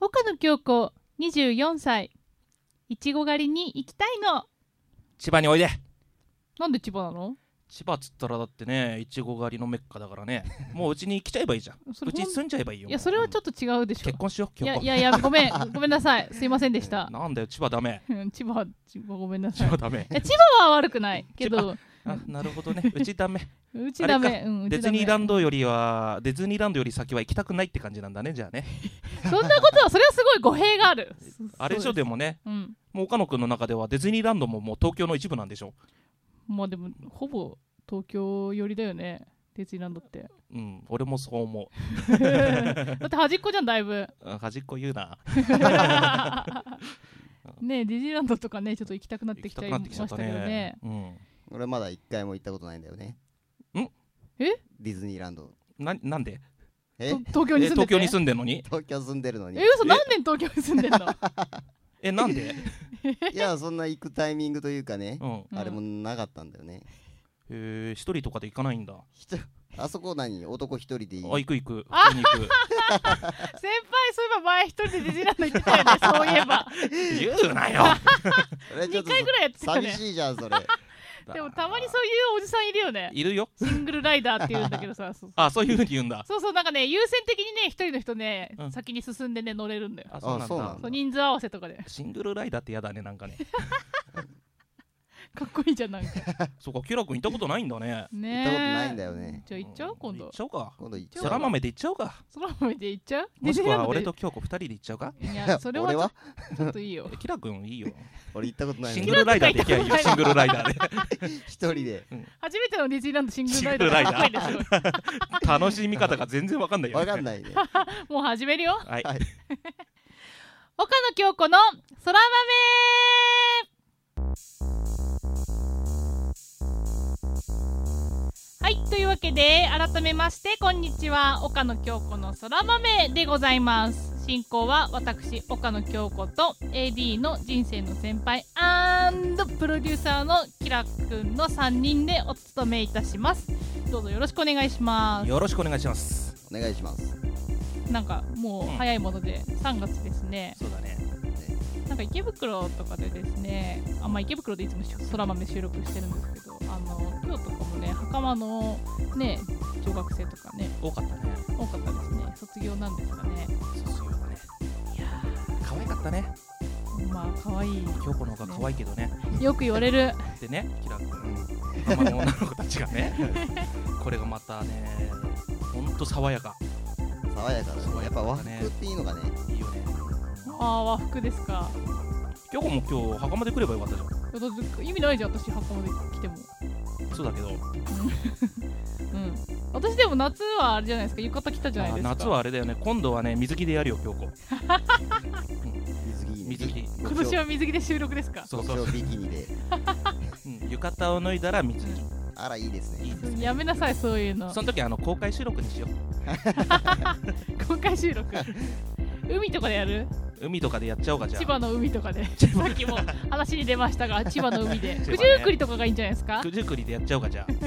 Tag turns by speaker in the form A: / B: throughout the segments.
A: 岡野京子、24歳。いちご狩りに行きたいの。
B: 千葉においで
A: なんで千葉なの
B: 千葉っつったらだってねいちご狩りのメッカだか らねもううちに来ちゃえばいいじゃん
A: それ
B: うち
A: ほ
B: に
A: ん
B: 住んじゃえばいいよ
A: いや、それはちょ
B: ょっ
A: っと違うでしょ。
B: 結婚しよう
A: い
B: 結
A: や
B: 婚
A: いやいや、ごめん、ごめんなさい。すいませんでし
B: え
A: た
B: ー。なんだよ千葉ダメ
A: うん千葉、 千葉ごめんなさ
B: 千
A: い。い
B: 葉ダメ
A: や千葉は悪くないけど、
B: あなるほどねうちダメ
A: うちダ
B: あれ
A: メ。うん、う
B: デ
A: ち
B: ィ
A: ダ
B: ズ
A: メ
B: ニーランドよりはディズニーランドより先は行きたくないって感じなんだねじゃあね
A: そんなことは、それはすごい語弊がある。
B: あれでしょ
A: で
B: でもね
A: うん。
B: もう岡野くんの中ではディズニーランドももう東京の一部なんでしょ
A: まあでも、ほぼ東京寄りだよね。ディズニーランド って。
B: うん俺もそう思う
A: だって端っこじゃん、だいぶ。
B: あ端っこ言うな
A: ねディズニーランドとかね、ちょっと行きたくなっ
B: 行
A: て
B: き
A: きた
B: た
A: り
B: く
A: も
B: な
A: し
B: って
A: ま
B: き
A: し
B: ちゃ
A: た
B: っ
A: け
B: た
A: どね
B: ね。うん
C: 俺まだ一回も行ったことないんだよね
B: ん
A: え
C: ディズニーランド
B: ななんで
C: え
A: と東京に
B: え
A: 住んで
B: 東
A: て
B: 京に住んでんのに
C: 東京住んでるのに
A: え、嘘、何年東京に住んでん の
B: えな んで
C: いやそんな行くタイミングというかね
B: うん
A: うん
C: あれもなかったんだよね
B: へえ一人とかで行かないんだあ
C: 人あそこ何男一人でいい
B: 行く行く普通に 行く
A: 先輩、そういえば前一人でディズニーランド行ってたよ ね、そういえば。
B: 言うなよ
C: それちょっ
A: 2
C: と
A: 回ぐらいやってたよ
C: 寂
A: ね。
C: しいじゃんそれ
A: でもたまにそういうおじさんいるよね。
B: いるよ
A: シングルライダーって言うんだけど さ、そう
B: あそういうふうに言うんだ
A: そうそう、なんかね、優先的にね、一人の人ね、
B: うん
A: 先に進んでね、乗れるんだよ。
B: あそうなんだ
C: そうなん
A: そ
C: だ
A: う人数合わせとかで。
B: シングルライダーって嫌だねなんか ね
A: かっこいいじゃん、なんか。
B: そうかキュラ君行ったことないんだね
A: ね
C: 行ったことないんだよね
A: じゃあ行っちゃう今
B: 行
A: 度
B: っ。ちゃおうか
C: 今度行っちゃおう
B: そら豆で行っちゃおうか
A: そのままで行っちゃう
B: もしくは俺
A: ディ
B: と京子二人で行っちゃおうか
A: ズニーランドで。いや、それは
C: 俺
A: ちょ
C: は
A: ちょっといいよ
B: え。キラ君いい よ
C: 俺行ったことない
B: シン
C: のに
B: グルライダーで行きゃいいよシングルライダーで
C: 一人で
A: 初めてのディズニーランドシングルライ
B: シングルライ
A: ダ
B: ダ
A: ーかっ
B: ー
A: こいいですよ。
B: 楽しみ方が全然わかんないよ
C: わかんないね
A: もう始めるよ。
B: はい
C: はい
A: 岡野京子の空豆はい、というわけで改めましてこんにちは岡野京子の空豆でございます進行は私岡野京子と AD の人生の先輩アンドプロデューサーのキラくんの3人でお務めいたしますどうぞよろしくお願いします
B: よろしくお願いします
C: お願いします
A: なんかもう早いもので3月ですね
B: そうだね
A: なんか池袋とかでですね、あまあ、池袋でいつも空豆収録してるんですけど、あの今日とかもね、袴の、ね、女学生とかね、
B: 多かったね
A: 多かったですね、卒業なんですかね、
B: 卒業だね
A: いや
B: 可愛かったね
A: ーまあ、可愛い
B: 京子の方が可愛いけどね
A: よく言われる、
B: でねキラ君
C: うん
B: 生の女の子たちがねこれがまたねほんと爽やか
C: 爽やかだねやっぱ和服っていいのかね
B: いいよね
A: ああ、和服ですか、
B: 京子も今日袴で来ればよかったじゃ
A: だって意味ないじゃん、私、袴で来ても。
B: んそうだけど
A: うん私でも夏はあれじゃないですか浴衣着たじゃない
B: あ
A: ですか
B: 夏はあれだよね今度はね水着でやるよ京子水着
C: 水着
A: 今年は水着で収録ですか
B: そうそう、
C: 目標ビキニで
B: うん、浴衣を脱いだら水着
C: あらいいですね
B: いいですね
A: やめなさいそういうの
B: その時あの公開収録にしよ
A: 公開収 録海とかでやる
B: う海とかでやっちゃおうかじゃ
A: 千
B: あ
A: 葉の海とか でさっきも話に出ましたが千葉の海で
B: 千葉
A: 九
B: ね
A: 十九里とかがいいんじゃないですか
B: 九十九里でやっちゃおうか じゃあ
A: 九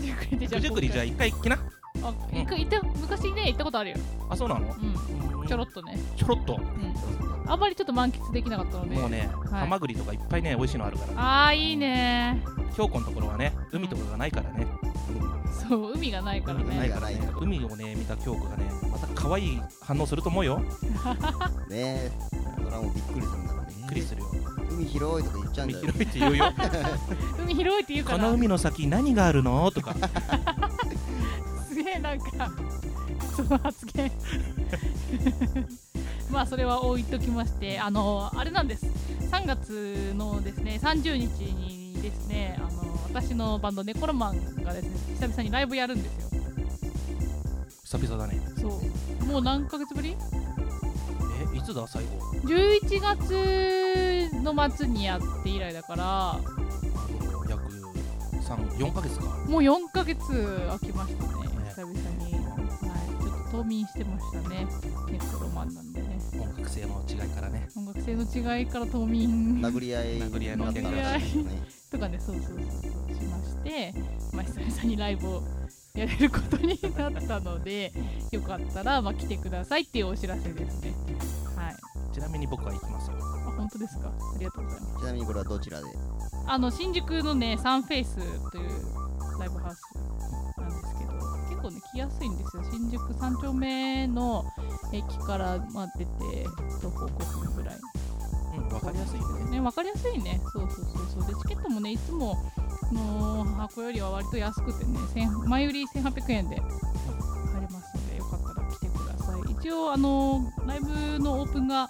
A: 十九里でじゃあ
B: 九十九里じゃあ一回行きな
A: あ行く行った昔ね行ったことあるよ
B: あそうなの
A: う
B: うんん
A: ちょろっとね
B: ちょろっ
A: う
B: と
A: んあんまりちょっと満喫できなかったので
B: もう
A: い
B: ね、ハマグリとかいっぱいね美味しいのあるから
A: ああいいね
B: 京子のところはね海とかがないからね
A: そう海がないから
C: 海
A: ね
C: がないね
B: 海をね見た京子がねまた可愛い反応すると思うよ
C: えそれはもうびっくりするんだろうね
B: びっくりするよ
C: 海広いとか言っちゃうん
B: 海
C: だよ
B: 広いって言うよ
A: 海広いって言うか
B: こ
A: ら
B: の海の先何があるのとか
A: すげえなんかその発言 まあそれは置いときましてあのあれなんです3月のですね30日にですねあの私のバンドネコロマンがですね久々にライブやるんですよ
B: 久々だね
A: そうもう何ヶ月ぶり
B: えいつだ最後
A: 11月の末にやって以来だから
B: あの約34ヶ月か
A: もう4ヶ月空きましたね
B: ね
A: 久々に、はい、ちょっと冬眠してましたねネコロマンなんでね
B: 音楽性の違いからね
A: 音楽性の違いから冬眠
C: 殴り合い
B: 殴り合い
A: の喧嘩
C: だったらしいよね
A: とかねそうそうそうそうしまして、まあ、久々にライブをやれることになったので よかったら、まあ、来てくださいっていうお知らせですねはい
B: ちなみに僕は行きますよ。
A: あ本当ですかありがとうございます
C: ちなみにこれは どちらで
A: あの新宿のねサンフェイスというライブハウスなんですけど結構ね来やすいんですよ新宿三丁目の駅から、まあ、出て徒歩5分ぐらい
B: うん、わかりやすいんでね。
A: ね、分かりやすいね、そうそうそうそう、でチケットもね、いつもの箱よりは割と安くてね、1000前売り1800円で入れますので、よかったら来てください。一応、あのライブのオープンが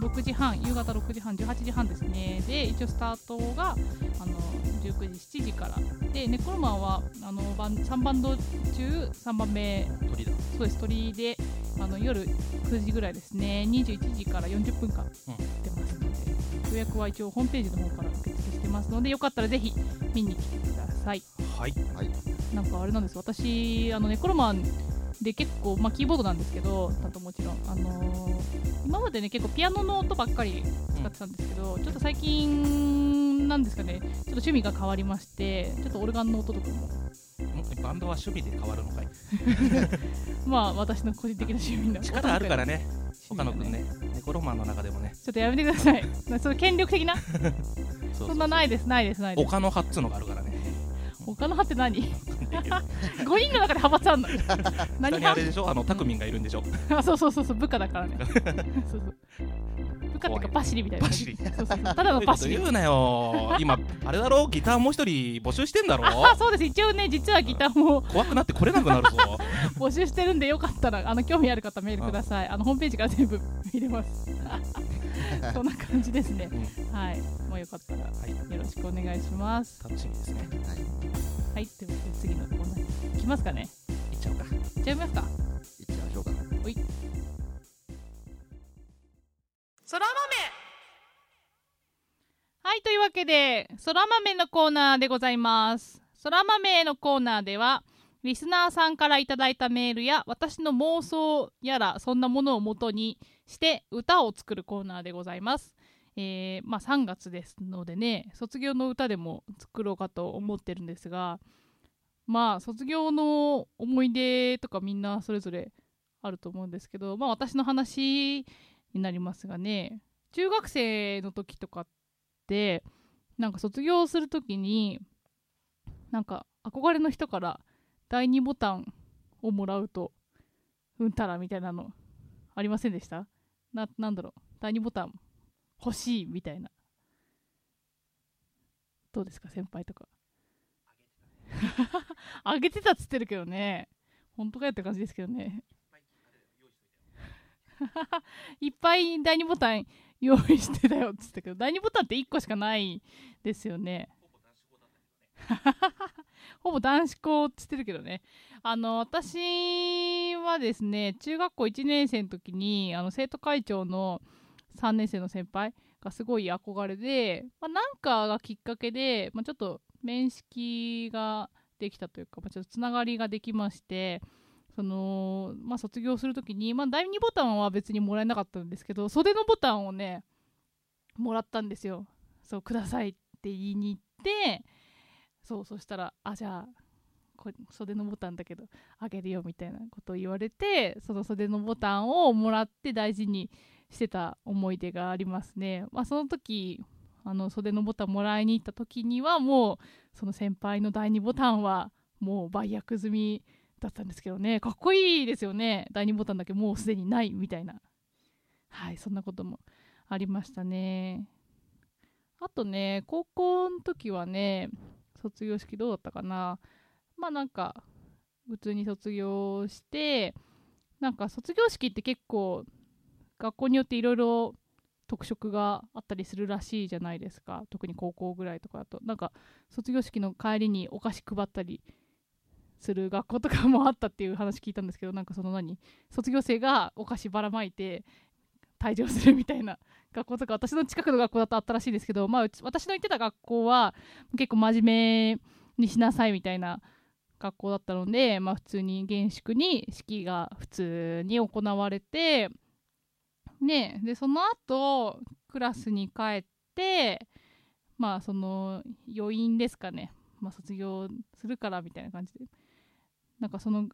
A: 6時半、夕方6時半、18時半ですね、で、一応スタートがあの19時、7時から、で、ネコロマンはあのバン3バンド中3番目
B: 鳥だ。
A: そうです鳥居であの夜9時ぐらいですね21時から40分間
B: うん
A: やってますので、予約は一応ホームページの方から受付してますのでよかったらぜひ見に来てください
B: はい。
C: はい
A: なんかあれなんです私あのネコロマンで結構、まあ、キーボードなんですけどあともちろん、あのー今までね結構ピアノの音ばっかり使ってたんですけど、ちょっと最近なんですかねちょっと趣味が変わりましてちょっとオルガンの音とかも
B: うんバンドは守備で変わるのかい。
A: まあ私の個人的な趣味な
B: 力あるから
A: ね
B: ね。岡野くんね。ネコロマンの中でもね。
A: ちょっとやめてください。 なその権力的な、
B: そ
A: そんなないです、ないです、ないです。
B: 岡野派っつうのがあるからね。
A: 他の派って何
B: 何
A: ?5 人の中で派閥あん の何
B: あれ
A: 派
B: でしょあの、タクミンがいるんでしょ
A: あそうそうそうそう、部下だ からね。そうそう部下っていうか、パシリみたいな。
B: バシリ。
A: そうそうそうただのパシリ
B: そういうこと。言うなよ。今、あれだろギターもう一人募集してんだろ
A: あ、そうです。一応ね、実はギターも
B: 怖くなって来れなくな るぞ。
A: 募集してるんで、よかったら、あの、興味ある方メールください。あの、ホームページから全部見れ ます。そんな感じですね。はい。もうよかったら、よ
B: はい。
A: ろしくお願いします。
B: 楽しみですね。
C: はい行
A: はい。ということで、次のコーナー、いきますかね。
B: 行っちゃうか。
A: いっちゃいますか。
C: っちゃいましょうか
A: そら豆はい、というわけで、そら豆のコーナーでございます。そら豆のコーナーでは、リスナーさんからいただいたメールや、私の妄想やら、そんなものをもとにして、歌を作るコーナーでございます。えー、まあ3月ですのでね、卒業の歌でも作ろうかと思ってるんですが、まあ卒業の思い出とかみんなそれぞれあると思うんですけど、まあ私の話になりますがね中学生の時とかってなんか卒業する時になんか憧れの人から第2ボタンをもらうとうんたらみたいなのありませんでしたななんだろう第2ボタン欲しいみたいなどうですか先輩と かあげてたっつってるけどね本当かよって感じですけどねいっぱ い第2ボタン用意してたよっつったけど第2ボタンって1個しかないですよね。 ほぼ男子校っつってるけどね。あの、私はですね、中学校1年生の時に、あの、生徒会長の3年生の先輩がすごい憧れで、まあ、なんかがきっかけで、まあ、ちょっと面識ができたというか、まあ、ちょっとつながりができまして、その、まあ、卒業するときに、まあ、第2ボタンは別にもらえなかったんですけど、袖のボタンをね、もらったんですよ。そう、くださいって言いに行って、そう、そしたら、あ、じゃあ、こ袖のボタンだけど、あげるよみたいなことを言われて、その袖のボタンをもらって大事にしてた思い出がありますね。まあ、その時あの袖のボタンもらいに行った時にはもうその先輩の第2ボタンはもう売約済みだったんですけどねかっこいいですよね第2ボタンだけもうすでにないみたいなはいそんなこともありましたねあとね高校の時はね卒業式どうだったかなまあなんか普通に卒業してなんか卒業式って結構学校によっていろいろ特色があったりするらしいじゃないですか特に高校ぐらいとかだとなんか卒業式の帰りにお菓子配ったりする学校とかもあったっていう話聞いたんですけどなんかその何卒業生がお菓子ばらまいて退場するみたいな 学校とか私の近くの学校だとあったらしいですけど、まあ、うち私の行ってた学校は結構真面目にしなさいみたいな学校だったので、まあ、普通に厳粛に式が普通に行われて、ね、でその後クラスに帰って、まあ、その余韻ですかね、まあ、卒業するからみたいな感じでなんかその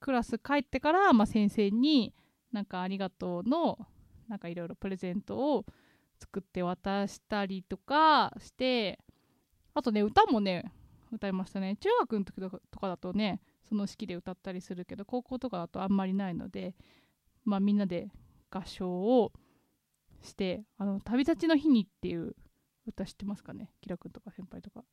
A: クラス帰ってから、まあ、先生になんかありがとうのなんかいろいろプレゼントを作って渡したりとかしてあとね歌もね歌いましたね中学の時とかとかだとねその式で歌ったりするけど高校とかだとあんまりないので、まあ、みんなで合唱をして「あの旅立ちの日に」っていう歌知ってますかねキラ君とか先輩とか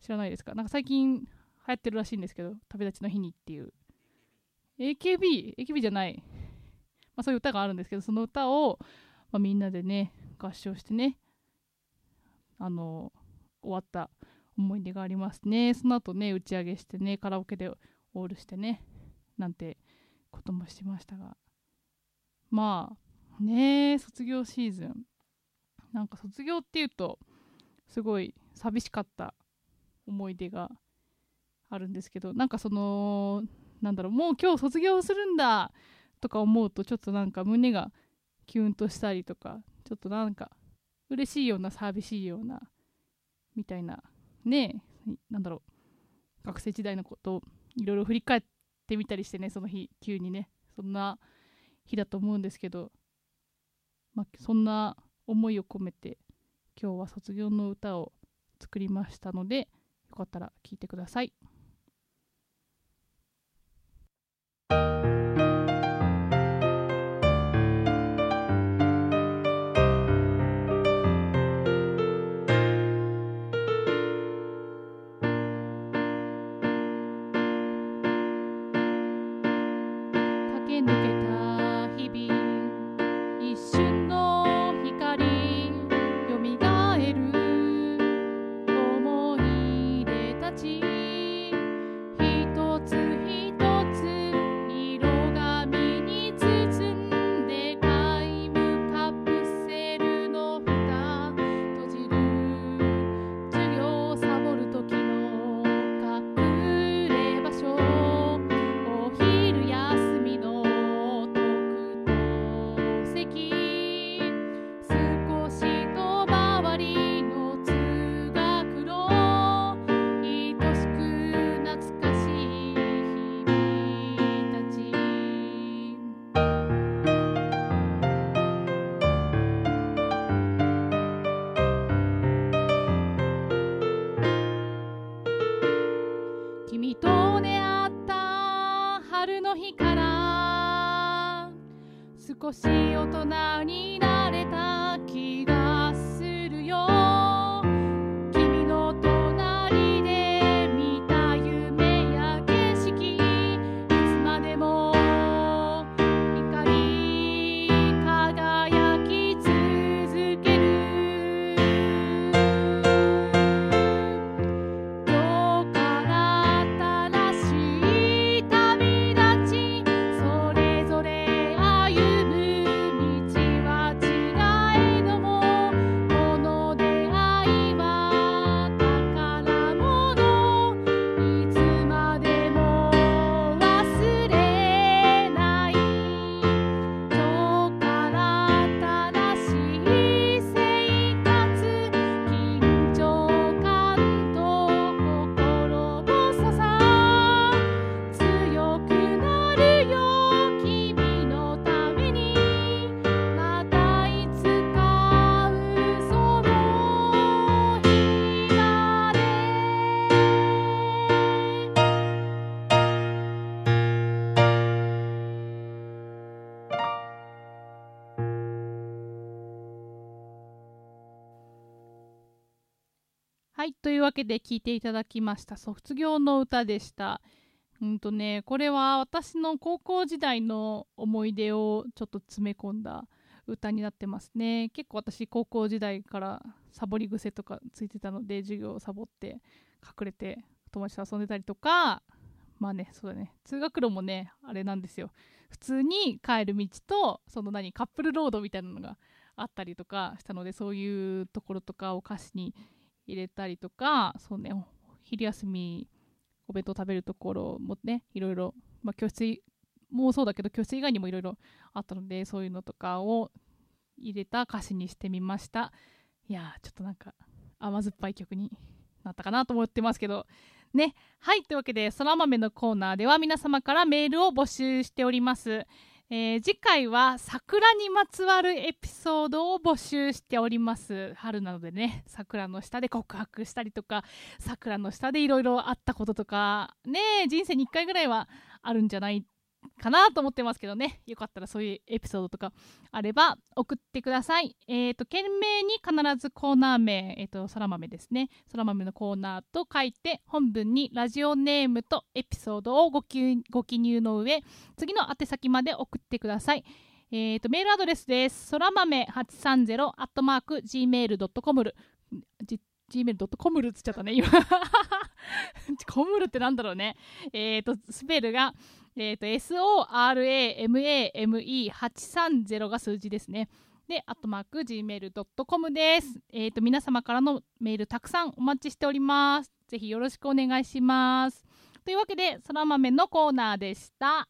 A: 知らないですかなんか最近流行ってるらしいんですけど「旅立ちの日に」っていう AKB AKB じゃない、まあ、そういう歌があるんですけどその歌を、まあ、みんなでね合唱してねあの終わった思い出がありますねその後ね打ち上げしてねカラオケでオールしてねなんてこともしましたがまあねえ卒業シーズンなんか卒業っていうとすごい寂しかった思い出があるんですけどなんかそのなんだろうもう今日卒業するんだとか思うとちょっとなんか胸がキュンとしたりとかちょっとなんか嬉しいような寂しいようなみたいなねえなんだろう学生時代のことをいろいろ振り返ってみたりしてねその日急にねそんな日だと思うんですけど、まあ、そんな思いを込めて今日は卒業の歌を作りましたのでよかったら聴いてください。駆け抜けた日々一瞬の光よみがえる思い出たち一つ一つ色紙に包んで皆無カプセルの蓋閉じる授業サボる時の隠れ場所お昼休みの特等席少しと周りの通学路愛しく懐かしい日々たち君と出会った春の日から少し大人になれた気がするよ君の隣で見た夢や景色いつまでも光り輝き続ける「今日から新しい旅立ち」「それぞれ歩む道は違えども」「この出会いは宝物」「いつまでも忘れない」「今日から新しい生活」緊張感と心細さ強くなるよ君のためにまたいつか嘘の日まではい、というわけで聴いていただきました卒業の歌でした。うんとね、これは私の高校時代の思い出をちょっと詰め込んだ歌になってますね。結構私高校時代からサボり癖とかついてたので授業をサボって隠れて友達と遊んでたりとかまあねそうだね通学路もねあれなんですよ普通に帰る道とその何カップルロードみたいなのがあったりとかしたのでそういうところとかを歌詞に入れたりとかそうねお昼休みお弁当食べるところもねいろいろ、まあ、教室もそうだけど教室以外にもいろいろあったのでそういうのとかを入れた歌詞にしてみましたいやーちょっとなんか甘酸っぱい曲になったかなと思ってますけどね。はい。というわけで、そら豆のコーナーでは皆様からメールを募集しております。えー次回は桜にまつわるエピソードを募集しております。春なのでね、桜の下で告白したりとか、桜の下でいろいろあったこととか、ねえ、人生に1回ぐらいはあるんじゃないかなと思ってますけどね。よかったらそういうエピソードとかあれば送ってください。えっ、と、件名に必ずコーナー名、えっ、と、そら豆ですね。そら豆のコーナーと書いて、本文にラジオネームとエピソードをご記ご記入の上、次の宛先まで送ってください。えっ、と、メールアドレスです。そら豆830 gmail.com gmail.com るっつっちゃったね、今。 コムルってなんだろうね。えっ、と、スペルが、えっ、と、soramame830 が数字ですね。で、アットマーク gmail.com です。えっ、と、皆様からのメールたくさんお待ちしております。ぜひよろしくお願いします。というわけで、そら豆のコーナーでした。